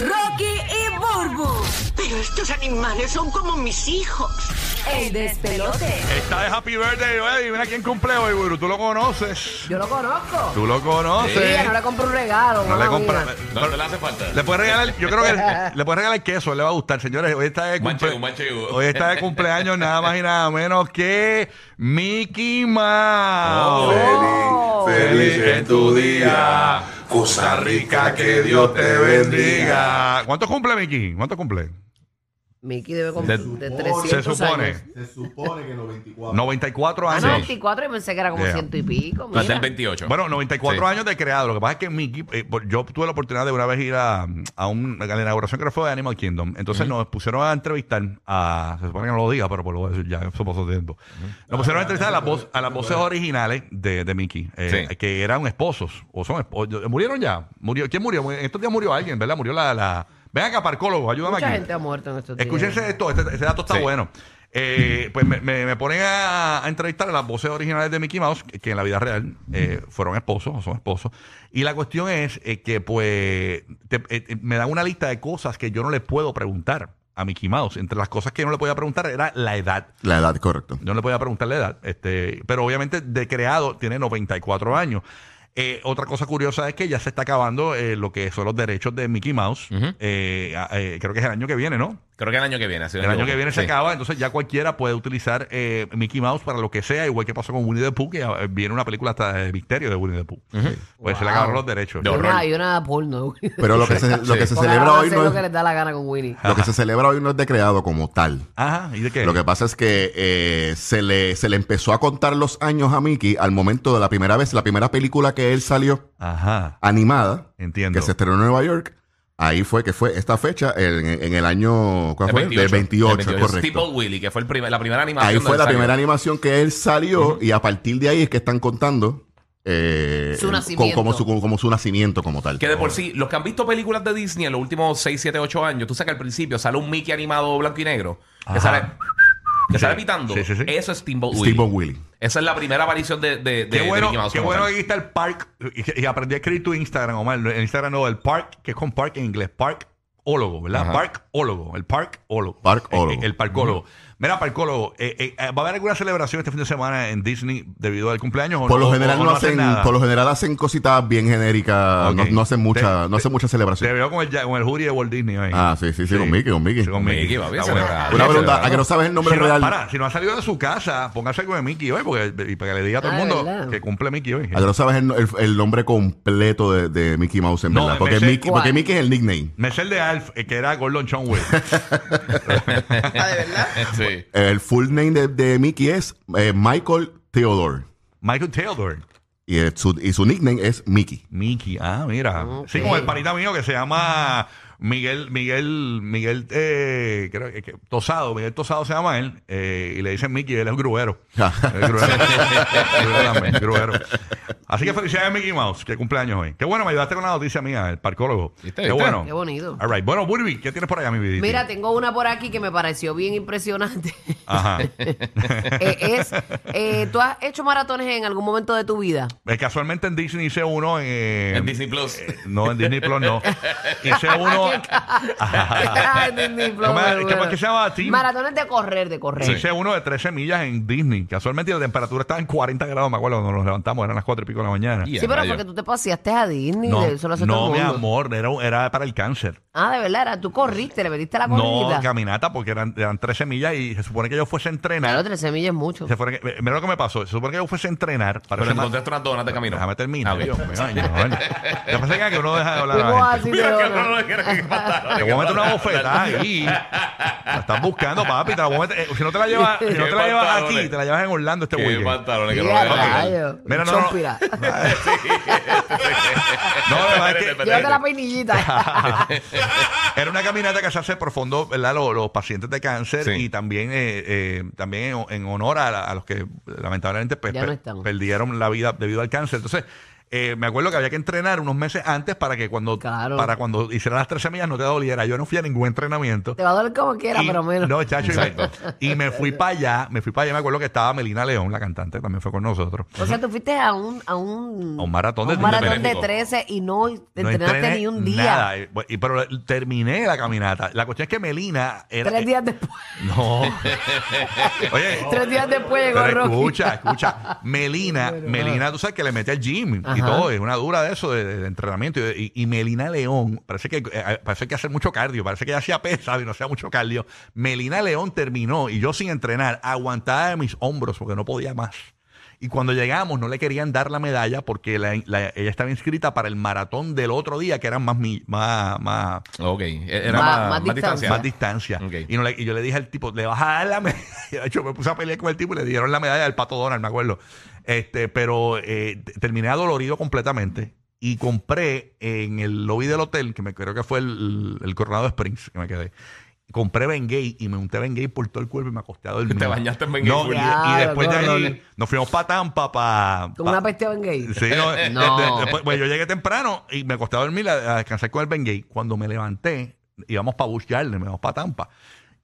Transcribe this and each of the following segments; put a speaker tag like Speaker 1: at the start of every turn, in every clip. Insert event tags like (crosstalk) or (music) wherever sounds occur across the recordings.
Speaker 1: Rocky y Burbu.
Speaker 2: Pero estos animales son como mis hijos.
Speaker 1: El despelote.
Speaker 3: Está de Happy Birthday, Eddie. Mira quién cumple hoy, Guru. Tú lo conoces.
Speaker 1: Yo lo conozco.
Speaker 3: Tú lo
Speaker 1: Sí,
Speaker 3: conoces.
Speaker 1: no le compro un regalo.
Speaker 3: No le
Speaker 1: mamá
Speaker 3: compra.
Speaker 1: mía.
Speaker 3: pero-
Speaker 4: ¿Dónde le hace falta?
Speaker 3: Le puedes regalar, yo creo que
Speaker 1: (laughs)
Speaker 3: le, le puedes regalar queso, le va a gustar, señores. Hoy está de,
Speaker 4: Manchego,
Speaker 3: cumple-
Speaker 4: manchego.
Speaker 3: Pues, hoy está
Speaker 4: (laughs)
Speaker 3: de cumpleaños nada más y nada menos que Mickey Mouse.
Speaker 1: Oh.
Speaker 3: Feliz en tu día,
Speaker 5: cosa rica que Dios te
Speaker 3: bendiga. ¿Cuánto cumple Mickey? ¿Cuánto
Speaker 1: Ah,
Speaker 3: cumple?
Speaker 1: Mickey debe comprar de, 300
Speaker 3: Se supone.
Speaker 1: años.
Speaker 5: Se supone que 94.
Speaker 3: 94
Speaker 1: Ah,
Speaker 3: años.
Speaker 1: no, 24 y pensé que era como
Speaker 3: Yeah.
Speaker 1: ciento y pico.
Speaker 4: Va a ser
Speaker 1: Mira.
Speaker 4: 28.
Speaker 3: Bueno, 94
Speaker 4: Sí.
Speaker 3: años de creado. Lo que pasa es que Mickey, eh, por- yo tuve la oportunidad de una vez ir a, a, un- a la inauguración que fue de Animal Kingdom. Entonces nos pusieron a entrevistar a. Se supone que no lo diga, pero pues lo voy a decir ya, eso pasó tiempo. Nos pusieron a entrevistar a las, voz- a las voces originales de, de Mickey, eh,
Speaker 4: Sí.
Speaker 3: que eran esposos. o son esposos. Murieron ya. Murió, ¿Quién murió? En estos días murió alguien, ¿verdad? Murió la. la ven acá, parcólogo, ayúdame
Speaker 1: Mucha
Speaker 3: aquí.
Speaker 1: gente ha muerto en estos días.
Speaker 3: Escúchense esto, este, este dato está
Speaker 4: Sí.
Speaker 3: bueno. Eh, pues me, me- me ponen a, a entrevistar a las voces originales de Mickey Mouse, que, que en la vida real eh, fueron esposos o son esposos. Y la cuestión es eh, que, pues, te- eh, eh, me dan una lista de cosas que yo no le puedo preguntar a Mickey Mouse. Entre las cosas que yo no le podía preguntar era la edad.
Speaker 6: La edad, correcto.
Speaker 3: Yo no le podía preguntar la edad. Este, pero obviamente, de creado, tiene 94 años. Eh, otra cosa curiosa es que ya se está acabando eh, lo que son los derechos de Mickey Mouse.
Speaker 4: Ujú.
Speaker 3: Eh, a- eh, creo que es el año que viene, ¿no?
Speaker 4: Creo que el año que viene. si no
Speaker 3: El año
Speaker 4: me
Speaker 3: que viene se
Speaker 4: equivoco.
Speaker 3: acaba, entonces ya cualquiera puede utilizar eh, Mickey Mouse para lo que sea, igual que pasó con Winnie the Pooh, que eh, viene una película hasta de misterio de Winnie the Pooh. Pues se le
Speaker 1: Wow.
Speaker 3: acabaron los derechos.
Speaker 4: De
Speaker 1: Hay una,
Speaker 4: horror.
Speaker 1: hay una porno. (laughs)
Speaker 6: Pero lo que se, lo que se
Speaker 1: Porque
Speaker 6: celebra
Speaker 1: ahora
Speaker 6: hoy
Speaker 1: hacen
Speaker 6: no
Speaker 1: lo que
Speaker 6: es,
Speaker 1: les da la gana con Winnie.
Speaker 6: lo que se celebra hoy no es decreado como tal.
Speaker 3: Ajá, ¿y de qué?
Speaker 6: Lo que pasa es que eh, se, le, se le empezó a contar los años a Mickey al momento de la primera vez, la primera película que él salió
Speaker 3: Ajá,
Speaker 6: animada,
Speaker 3: entiendo.
Speaker 6: que se estrenó en Nueva York. Ahí fue que fue esta fecha, en, en el año ¿cuál
Speaker 4: El
Speaker 6: fue? del 28, correcto.
Speaker 4: Steeple Willy, que fue el primer- la primera animación.
Speaker 6: Ahí fue
Speaker 4: donde
Speaker 6: la
Speaker 4: salió.
Speaker 6: primera animación que él salió y a partir de ahí es que están contando eh,
Speaker 1: Su
Speaker 6: co-
Speaker 1: nacimiento.
Speaker 6: Como, su, como su nacimiento como tal.
Speaker 4: Que de por sí, los que han visto películas de Disney en los últimos 6, 7, 8 años, tú sabes que al principio sale un Mickey animado blanco y negro que
Speaker 3: Ajá.
Speaker 4: sale que
Speaker 3: Sí.
Speaker 4: sale pitando.
Speaker 3: Sí, sí, sí.
Speaker 4: Eso es Steamboat Willie.
Speaker 6: Steamboat Willie.
Speaker 4: Esa es la primera aparición de, de, de-
Speaker 3: Qué
Speaker 4: de
Speaker 3: bueno,
Speaker 4: Mickey Mouse
Speaker 3: qué
Speaker 4: como
Speaker 3: bueno
Speaker 4: tal.
Speaker 3: que está el park. Y, y aprendí a escribir tu Instagram, Omar. El Instagram no, el park, que es con park en inglés. Parkólogo, ¿verdad?
Speaker 4: Ajá.
Speaker 3: Parkólogo. El parkólogo.
Speaker 6: Parkólogo.
Speaker 3: Eh, eh, El, parkólogo. Mira, parkólogo, eh, eh, eh, ¿va a haber alguna celebración este fin de semana en Disney debido al cumpleaños? o
Speaker 6: Por
Speaker 3: no-
Speaker 6: lo
Speaker 3: o-
Speaker 6: general
Speaker 3: o
Speaker 6: no, hacen,
Speaker 3: nada?
Speaker 6: por lo general hacen cositas bien genéricas,
Speaker 3: Ok.
Speaker 6: no, no hacen mucha,
Speaker 3: Te-
Speaker 6: no hacen mucha
Speaker 3: Te
Speaker 6: celebración.
Speaker 3: veo con el, ya- con el jury de Walt Disney ahí.
Speaker 6: Ah, sí, sí, sí, con Mickey, con Mickey.
Speaker 3: Sí, con Mickey.
Speaker 4: Mickey, va a ver,
Speaker 3: Está
Speaker 4: se
Speaker 3: bueno.
Speaker 4: va a ver.
Speaker 6: Una
Speaker 4: Sí,
Speaker 6: pregunta,
Speaker 4: claro.
Speaker 6: ¿a que no sabes el nombre
Speaker 3: Si no-
Speaker 6: real?
Speaker 3: para, si no ha salido de su casa, póngase algo de Mickey hoy, porque y para que le diga a todo el
Speaker 1: Ah,
Speaker 3: mundo
Speaker 1: ¿verdad?
Speaker 3: que cumple Mickey hoy.
Speaker 6: ¿A que no sabes el, el- el nombre completo de, de Mickey Mouse en
Speaker 3: No,
Speaker 6: verdad?
Speaker 3: me
Speaker 6: Porque
Speaker 3: sé
Speaker 6: Mickey,
Speaker 1: cuál.
Speaker 6: porque Mickey es el nickname.
Speaker 3: Me sé el de Alf, eh, que era Gordon Chonwell.
Speaker 4: (laughs) Sí.
Speaker 3: (laughs)
Speaker 6: El full name de, de Mickey es eh, Michael Theodore.
Speaker 3: Michael Taylor.
Speaker 6: Y, el- su, y su nickname es Mickey.
Speaker 3: Mickey, ah, mira.
Speaker 1: Ok.
Speaker 3: Sí, como el panita mío que se llama Miguel, Miguel, Miguel, eh, creo que, que- Tosado, Miguel Tosado se llama él, eh, y le dicen Mickey, él es un
Speaker 1: (laughs)
Speaker 3: gruero.
Speaker 1: Ah.
Speaker 3: El gruero. (laughs) Gruero también, gruero. Así que felicidades Mickey Mouse, que cumpleaños hoy. Qué bueno, me ayudaste con la noticia mía, el parcólogo.
Speaker 4: ¿Viste,
Speaker 3: Qué
Speaker 4: viste?
Speaker 3: bueno.
Speaker 1: Qué bonito.
Speaker 3: All right. Bueno, Burby, ¿qué tienes por allá, mi vidita?
Speaker 1: Mira, tengo una por aquí que me pareció bien impresionante. (laughs)
Speaker 3: Ajá.
Speaker 1: Eh, es, eh, ¿Tú has hecho maratones en algún momento de tu vida?
Speaker 3: Eh, Casualmente en Disney hice uno. eh,
Speaker 4: En Disney Plus.
Speaker 3: eh, no, en Disney Plus
Speaker 1: (laughs)
Speaker 3: no. Hice uno.
Speaker 1: Ay, Ah, Disney Plus,
Speaker 3: ¿Cómo Ah. es?
Speaker 1: muy
Speaker 3: ¿Qué
Speaker 1: bueno.
Speaker 3: que se llama Team?
Speaker 1: Maratones de correr, de correr.
Speaker 3: Hice uno de 13 millas en Disney. Casualmente la temperatura estaba en 40 grados, me acuerdo, cuando nos levantamos, eran las 4 y pico de la mañana.
Speaker 4: Y
Speaker 1: Sí,
Speaker 4: a
Speaker 1: pero
Speaker 4: rayos.
Speaker 1: porque tú te paseaste a Disney,
Speaker 3: No,
Speaker 1: de- eso lo hace todo
Speaker 3: no
Speaker 1: el
Speaker 3: mi
Speaker 1: mundo.
Speaker 3: amor, era, era para el cáncer.
Speaker 1: Ah, de verdad, era, tú corriste, le metiste la
Speaker 3: No,
Speaker 1: corrida.
Speaker 3: caminata, porque eran, eran 13 millas y se supone que yo fuese a
Speaker 1: claro,
Speaker 3: entrenar.
Speaker 1: 13 millas es mucho.
Speaker 3: Se supone que- mira lo que me pasó. Se supone que yo fuese a entrenar para
Speaker 4: Pero
Speaker 3: ese ma-
Speaker 4: encontraste unas donas de camino.
Speaker 3: eh, Déjame terminar.
Speaker 4: Ah, ok.
Speaker 3: Dios mío, ay, no, bueno. Lo que pasa es que uno deja de hablar. a la
Speaker 1: Fuimos
Speaker 3: gente.
Speaker 1: así,
Speaker 4: Mira
Speaker 1: pero
Speaker 4: (laughs) que
Speaker 1: no.
Speaker 4: no lo quiero que mataron.
Speaker 3: Te voy a meter una bofetada ahí. La estás buscando, papi. Te la voy a meter- eh, Si no te la llevas, si no te la llevas
Speaker 4: pantalones.
Speaker 3: aquí, te la llevas en Orlando este
Speaker 4: (laughs) Qué
Speaker 3: weekend.
Speaker 4: pantalones que
Speaker 1: Sí,
Speaker 4: no lo
Speaker 1: a
Speaker 4: voy a dejar.
Speaker 1: rayos.
Speaker 3: Mira, no,
Speaker 1: Son
Speaker 3: no. (laughs)
Speaker 1: pira.
Speaker 3: No, la verdad es que
Speaker 1: Llévate
Speaker 3: (laughs)
Speaker 1: la peinillita.
Speaker 3: era una caminata que se hace por fondo, ¿verdad? Los, los pacientes de cáncer
Speaker 4: Sí.
Speaker 3: y también, eh, eh, también en, en honor a, la- a los que lamentablemente pues,
Speaker 1: Ya no
Speaker 3: per-
Speaker 1: están.
Speaker 3: perdieron la vida debido al cáncer. Entonces, eh, me acuerdo que había que entrenar unos meses antes para que cuando,
Speaker 1: Claro.
Speaker 3: para cuando hiciera las 13 millas no te doliera. Yo no fui a ningún entrenamiento.
Speaker 1: Te va a doler como quiera,
Speaker 3: Y-
Speaker 1: pero menos.
Speaker 3: No, chacho, y me-
Speaker 4: Exacto.
Speaker 3: y me fui para allá, me fui para allá, me acuerdo que estaba Melina León, la cantante, también fue con nosotros.
Speaker 1: O sea, tú fuiste a un, a un,
Speaker 3: A un maratón
Speaker 1: a
Speaker 3: de
Speaker 1: un
Speaker 3: 13
Speaker 1: maratón de
Speaker 4: benéfico.
Speaker 1: 13 y no
Speaker 3: No
Speaker 1: entrenaste
Speaker 3: entrené
Speaker 1: ni un día.
Speaker 3: Nada. Eh, bu- y- pero terminé la caminata. La cuestión es que Melina era. eh,
Speaker 1: Tres días después.
Speaker 3: (laughs) No. Oye.
Speaker 1: Tres días después llegó
Speaker 3: Oh. Pero
Speaker 1: Rocky.
Speaker 3: escucha, escucha.
Speaker 1: (laughs)
Speaker 3: Melina, Melina, tú sabes que le metí al gym y
Speaker 1: Ajá.
Speaker 3: todo, es una dura de eso, de, de- de entrenamiento. Y, y- y Melina León, parece que eh, parece que hace mucho cardio, parece que ella hacía pesado y no hacía mucho cardio. Melina León terminó y yo sin entrenar, aguantada de mis hombros porque no podía más. Y cuando llegamos no le querían dar la medalla porque la- la- ella estaba inscrita para el maratón del otro día que eran más, mi- más, más,
Speaker 4: Ok. e-, Era
Speaker 1: Más-
Speaker 4: más,
Speaker 1: más
Speaker 4: más
Speaker 1: distancia.
Speaker 4: distancia.
Speaker 3: más distancia.
Speaker 4: Ok.
Speaker 3: Y, no le- y yo le dije al tipo, le vas a dar la medalla. De hecho, me (laughs) puse a pelear con el tipo y le dieron la medalla del pato Donald, me acuerdo. Este, pero eh, t- terminé adolorido completamente. Y compré en el lobby del hotel, que me creo que fue el, el Coronado Springs, que me quedé. Compré Bengay y me unté Bengay por todo el cuerpo y me
Speaker 4: (laughs)
Speaker 3: acosté a dormir.
Speaker 4: Te bañaste en Bengay
Speaker 3: No,
Speaker 4: full.
Speaker 3: y, y
Speaker 1: Claro,
Speaker 3: después de
Speaker 1: qué
Speaker 3: ahí
Speaker 1: horrible.
Speaker 3: nos fuimos para Tampa, para.
Speaker 1: Con una peste en gay.
Speaker 3: Sí, no, de-
Speaker 1: No.
Speaker 3: de- de- después- bueno, yo llegué temprano y me acosté a dormir a, a descansar con el Bengay. Cuando me levanté, íbamos para Busch Garden, íbamos para Tampa.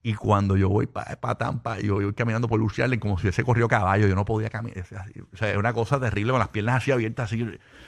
Speaker 3: Y cuando yo voy para Tampa, yo voy caminando por Busch Garden como si hubiese corrido caballo. Yo no podía caminar. O sea, es una cosa terrible con las piernas así abiertas, así.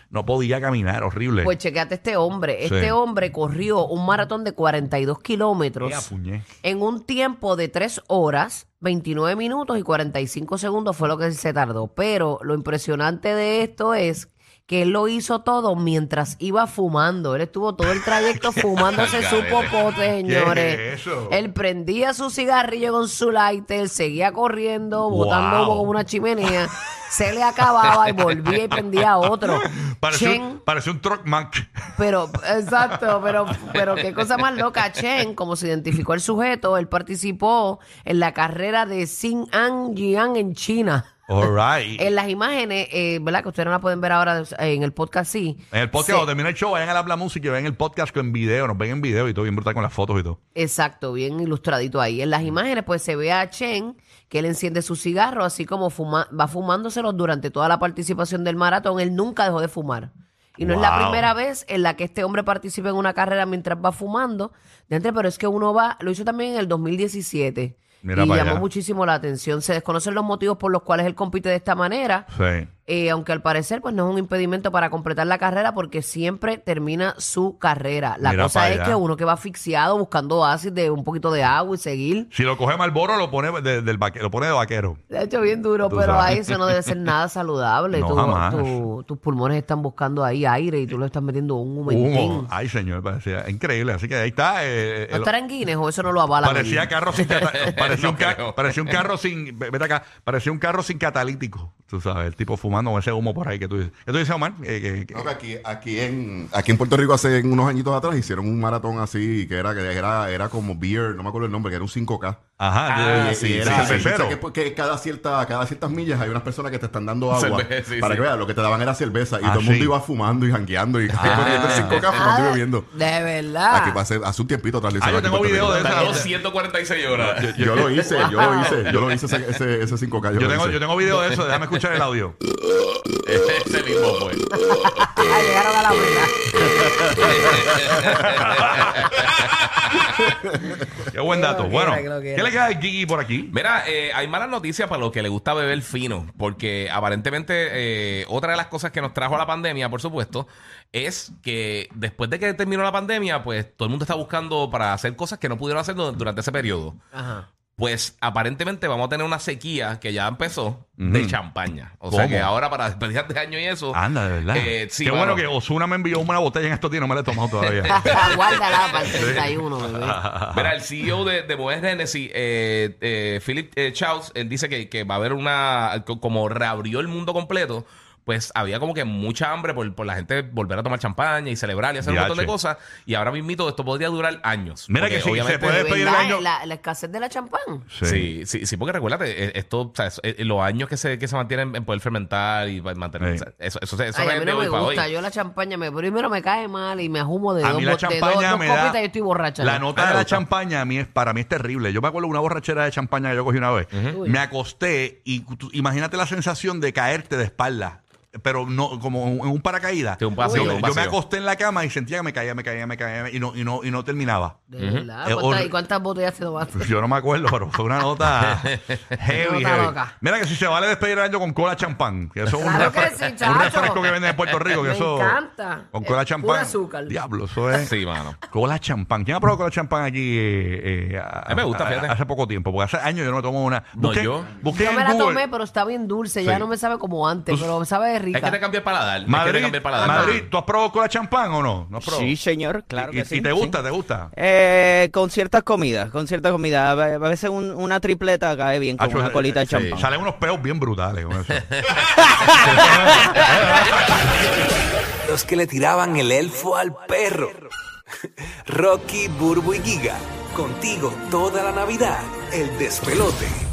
Speaker 3: No podía caminar, horrible.
Speaker 1: Pues chequeate este hombre. Este
Speaker 3: Sí.
Speaker 1: hombre corrió un maratón de 42 kilómetros
Speaker 3: Ea, puñe.
Speaker 1: en un tiempo de 3 horas, 29 minutos y 45 segundos fue lo que se tardó. Pero lo impresionante de esto es que él lo hizo todo mientras iba fumando. Él estuvo todo el
Speaker 3: (laughs)
Speaker 1: trayecto fumándose su
Speaker 4: Garete.
Speaker 1: popote, señores.
Speaker 3: ¿Qué es eso?
Speaker 1: Él prendía su cigarrillo con su lighter, seguía corriendo, botando
Speaker 3: Wow.
Speaker 1: humo como una chimenea. Se le acababa y volvía y
Speaker 3: (laughs)
Speaker 1: prendía otro.
Speaker 3: Pareció,
Speaker 1: Chen-
Speaker 3: un, pareció un truck man.
Speaker 1: pero, exacto, pero, pero qué cosa más loca. Chen, como se identificó el sujeto, él participó en la carrera de Xin'an Jiang en China.
Speaker 3: (laughs) All right.
Speaker 1: En las imágenes, eh, ¿verdad? Que ustedes no la pueden ver ahora eh, en el podcast, sí.
Speaker 3: en el podcast,
Speaker 1: Se-
Speaker 3: cuando termina el show, vayan a la música y ven el podcast con video. Nos ven en video y todo, bien brutal con las fotos y todo.
Speaker 1: Exacto, bien ilustradito ahí. En las imágenes, pues se ve a Chen que él enciende su cigarro, así como fuma- va fumándoselos durante toda la participación del maratón. Él nunca dejó de fumar. Y no es la
Speaker 3: Wow.
Speaker 1: primera vez en la que este hombre participa en una carrera mientras va fumando. Gente, pero es que uno va, lo hizo también en el 2017.
Speaker 3: Mira
Speaker 1: y
Speaker 3: para
Speaker 1: llamó
Speaker 3: allá.
Speaker 1: muchísimo la atención. Se desconocen los motivos por los cuales él compite de esta manera.
Speaker 3: Sí.
Speaker 1: Eh, aunque al parecer pues no es un impedimento para completar la carrera porque siempre termina su carrera. La
Speaker 3: Mira
Speaker 1: cosa
Speaker 3: pa'
Speaker 1: es
Speaker 3: allá.
Speaker 1: que uno que va asfixiado buscando oasis de un poquito de agua y seguir.
Speaker 3: Si lo coge Malboro, lo pone de, del vaquero, lo pone de vaquero.
Speaker 1: De hecho, bien duro,
Speaker 3: Tú
Speaker 1: pero
Speaker 3: sabes.
Speaker 1: ahí eso no debe
Speaker 3: (laughs)
Speaker 1: ser nada saludable.
Speaker 3: No,
Speaker 1: Tú-
Speaker 3: jamás.
Speaker 1: tú- tus pulmones están buscando ahí aire y tú le estás metiendo un humentín.
Speaker 3: Humo. Ay, señor, parecía increíble. Así que ahí está. eh,
Speaker 1: ¿No
Speaker 3: el-
Speaker 1: estará en Guinness o eso no lo avala?
Speaker 3: parecía
Speaker 1: Guinness?
Speaker 3: carro sin cata- parecía, un
Speaker 4: (laughs) No
Speaker 3: ca-
Speaker 4: creo.
Speaker 3: parecía un carro sin ve- vete acá, parecía un carro sin catalítico. Tú sabes, el tipo fumando con ese humo por ahí que tú dices. ¿Qué tú dices, Omar? Eh, que- que-
Speaker 6: No, que aquí, aquí, en, aquí en Puerto Rico hace unos añitos atrás hicieron un maratón así que era, que era, era como beer, no me acuerdo el nombre, que era un 5K.
Speaker 3: Ajá,
Speaker 4: Ah,
Speaker 3: eh,
Speaker 6: Y-
Speaker 4: sí,
Speaker 6: y
Speaker 3: sí,
Speaker 6: era-
Speaker 3: sí,
Speaker 6: y-
Speaker 3: cervecero.
Speaker 6: o sea, que, pues, que cada, cierta, cada ciertas millas hay unas personas que te están dando agua.
Speaker 4: Cerve- sí,
Speaker 6: para
Speaker 4: sí.
Speaker 6: que veas, lo que te daban era cerveza. Y
Speaker 3: Ah,
Speaker 6: todo el mundo
Speaker 3: sí.
Speaker 6: iba fumando y jangueando. Y (laughs) corriendo el 5K
Speaker 1: Ah,
Speaker 6: fumando y
Speaker 1: de-
Speaker 6: bebiendo.
Speaker 1: De verdad.
Speaker 6: Aquí hace, hace un tiempito atrás. lo
Speaker 3: Ah,
Speaker 6: hicieron
Speaker 3: yo
Speaker 6: aquí en
Speaker 3: tengo
Speaker 6: Puerto
Speaker 3: video
Speaker 6: Rico.
Speaker 3: de esa.
Speaker 4: Tardó 146 horas.
Speaker 3: Yo-
Speaker 6: Yo lo hice, yo lo hice, yo lo hice ese, ese, ese 5K.
Speaker 3: Yo
Speaker 6: lo
Speaker 3: tengo,
Speaker 6: hice.
Speaker 3: yo tengo video de eso, déjame escuchar el
Speaker 4: (laughs)
Speaker 3: audio.
Speaker 4: (laughs) Ese mismo pues. fue.
Speaker 1: Ah, llegaron a la verdad.
Speaker 3: Qué buen
Speaker 1: Qué
Speaker 3: dato.
Speaker 1: loquera,
Speaker 3: bueno,
Speaker 1: qué loquera.
Speaker 3: ¿qué le queda a Gigi por aquí?
Speaker 4: (laughs) Mira, eh, hay malas noticias para los que les gusta beber fino, porque aparentemente eh, otra de las cosas que nos trajo la pandemia, por supuesto, es que después de que terminó la pandemia, pues todo el mundo está buscando para hacer cosas que no pudieron hacer du- durante ese periodo.
Speaker 1: Ajá.
Speaker 4: Pues aparentemente vamos a tener una sequía que ya empezó de
Speaker 3: Ujú.
Speaker 4: champaña. O
Speaker 3: ¿Cómo?
Speaker 4: sea
Speaker 3: Ah,
Speaker 4: que ahora para (laughs) despedir de año y eso,
Speaker 3: Anda, de verdad.
Speaker 4: Eh, sí,
Speaker 3: Qué
Speaker 4: mano.
Speaker 3: bueno que Osuna me envió una botella en estos días, no me la he tomado
Speaker 4: (laughs)
Speaker 3: todavía. (laughs)
Speaker 1: (laughs) Guárdala para el 31, bebé.
Speaker 4: Mira, el CEO de, de Moët Hennessy, eh, eh, Philip eh, Chaus, él dice que, que va a haber una. co- Como reabrió el mundo completo, pues había como que mucha hambre por, por la gente volver a tomar champaña y celebrar y hacer un montón de
Speaker 3: Diache.
Speaker 4: cosas. Y ahora mismito esto podría durar años.
Speaker 3: Mira
Speaker 4: Porque
Speaker 3: que sí,
Speaker 4: obviamente-
Speaker 3: se puede
Speaker 1: De
Speaker 3: despedir el
Speaker 1: verdad,
Speaker 3: año.
Speaker 1: La, la escasez de la champán.
Speaker 4: Sí, sí, sí, porque recuérdate, eh, esto, o sea, es- eh, los años que se, que se mantienen en poder fermentar y pa- mantener.
Speaker 3: Sí.
Speaker 4: o sea, eso, eso, se- eso
Speaker 1: Ay,
Speaker 4: no
Speaker 1: a
Speaker 4: es
Speaker 1: mí
Speaker 4: de
Speaker 1: no
Speaker 4: hoy
Speaker 1: me
Speaker 4: para hoy.
Speaker 1: gusta. Yo la champaña me primero me cae mal y me ajumo de
Speaker 3: A
Speaker 1: dos,
Speaker 3: mí la
Speaker 1: bo- de
Speaker 3: champaña
Speaker 1: dos-
Speaker 3: me
Speaker 1: dos
Speaker 3: da-
Speaker 1: copitas y estoy borracha.
Speaker 3: La
Speaker 1: ya.
Speaker 3: nota
Speaker 4: Ah,
Speaker 3: de la
Speaker 4: gusta.
Speaker 3: champaña a mí es, para mí es terrible. Yo me acuerdo de una borrachera de champaña que yo cogí una vez.
Speaker 1: Uy.
Speaker 3: Me acosté y tú- imagínate la sensación de caerte de espalda. pero no, como en un paracaídas.
Speaker 4: Sí, un vacío,
Speaker 3: yo,
Speaker 4: un
Speaker 3: yo me
Speaker 4: vacío.
Speaker 3: acosté en la cama y sentía que me caía, me caía, me caía y no, y no, y no terminaba.
Speaker 1: De verdad.
Speaker 3: Eh,
Speaker 1: ¿Cuántas-
Speaker 3: horri-
Speaker 1: ¿Y cuántas botellas te tomaste?
Speaker 3: Yo no me acuerdo, pero fue una
Speaker 4: (laughs)
Speaker 3: nota heavy.
Speaker 1: Nota
Speaker 3: heavy.
Speaker 1: loca.
Speaker 3: Mira que si se vale despedir el año con cola champán, que eso es un,
Speaker 1: Claro que
Speaker 3: refre-
Speaker 1: sí,
Speaker 3: un
Speaker 1: chacho.
Speaker 3: refresco que venden en Puerto Rico. Que
Speaker 1: Me
Speaker 3: eso,
Speaker 1: encanta.
Speaker 3: Con cola
Speaker 1: Eh, pura
Speaker 3: champán.
Speaker 1: azúcar.
Speaker 3: Diablo, eso es.
Speaker 4: Sí, mano.
Speaker 3: Cola champán. ¿Quién ha probado cola champán aquí? eh, eh, a-
Speaker 4: A mí me gusta, fíjate.
Speaker 3: Hace poco tiempo, porque hace años yo no me tomo una.
Speaker 4: No,
Speaker 3: Busqué-
Speaker 4: yo-
Speaker 3: busqué
Speaker 1: Yo
Speaker 3: en
Speaker 1: me la
Speaker 3: Google.
Speaker 1: tomé, pero está bien dulce. Ya
Speaker 3: Sí.
Speaker 1: no me sabe como antes,
Speaker 3: Tú-
Speaker 1: pero me sabe de
Speaker 4: Es que te
Speaker 1: rica.
Speaker 4: cambié el paladar. es que te
Speaker 3: Madrid,
Speaker 4: cambié el paladar.
Speaker 3: Madrid, ¿tú has probado cola champán o no? ¿No has probado?
Speaker 7: Sí, señor, claro
Speaker 3: Y-
Speaker 7: que
Speaker 3: y-
Speaker 7: sí.
Speaker 3: Y te
Speaker 7: sí.
Speaker 3: gusta, te gusta.
Speaker 7: Eh, con ciertas comidas, con ciertas comidas. A a veces un- una tripleta cae bien con
Speaker 3: Hacho,
Speaker 7: una
Speaker 3: eh,
Speaker 7: colita de
Speaker 3: sí.
Speaker 7: champán.
Speaker 3: Salen unos peos bien brutales con
Speaker 4: (laughs)
Speaker 3: eso.
Speaker 8: Los que le tiraban el elfo al perro. Rocky, Burbu y Giga. Contigo toda la Navidad. El despelote.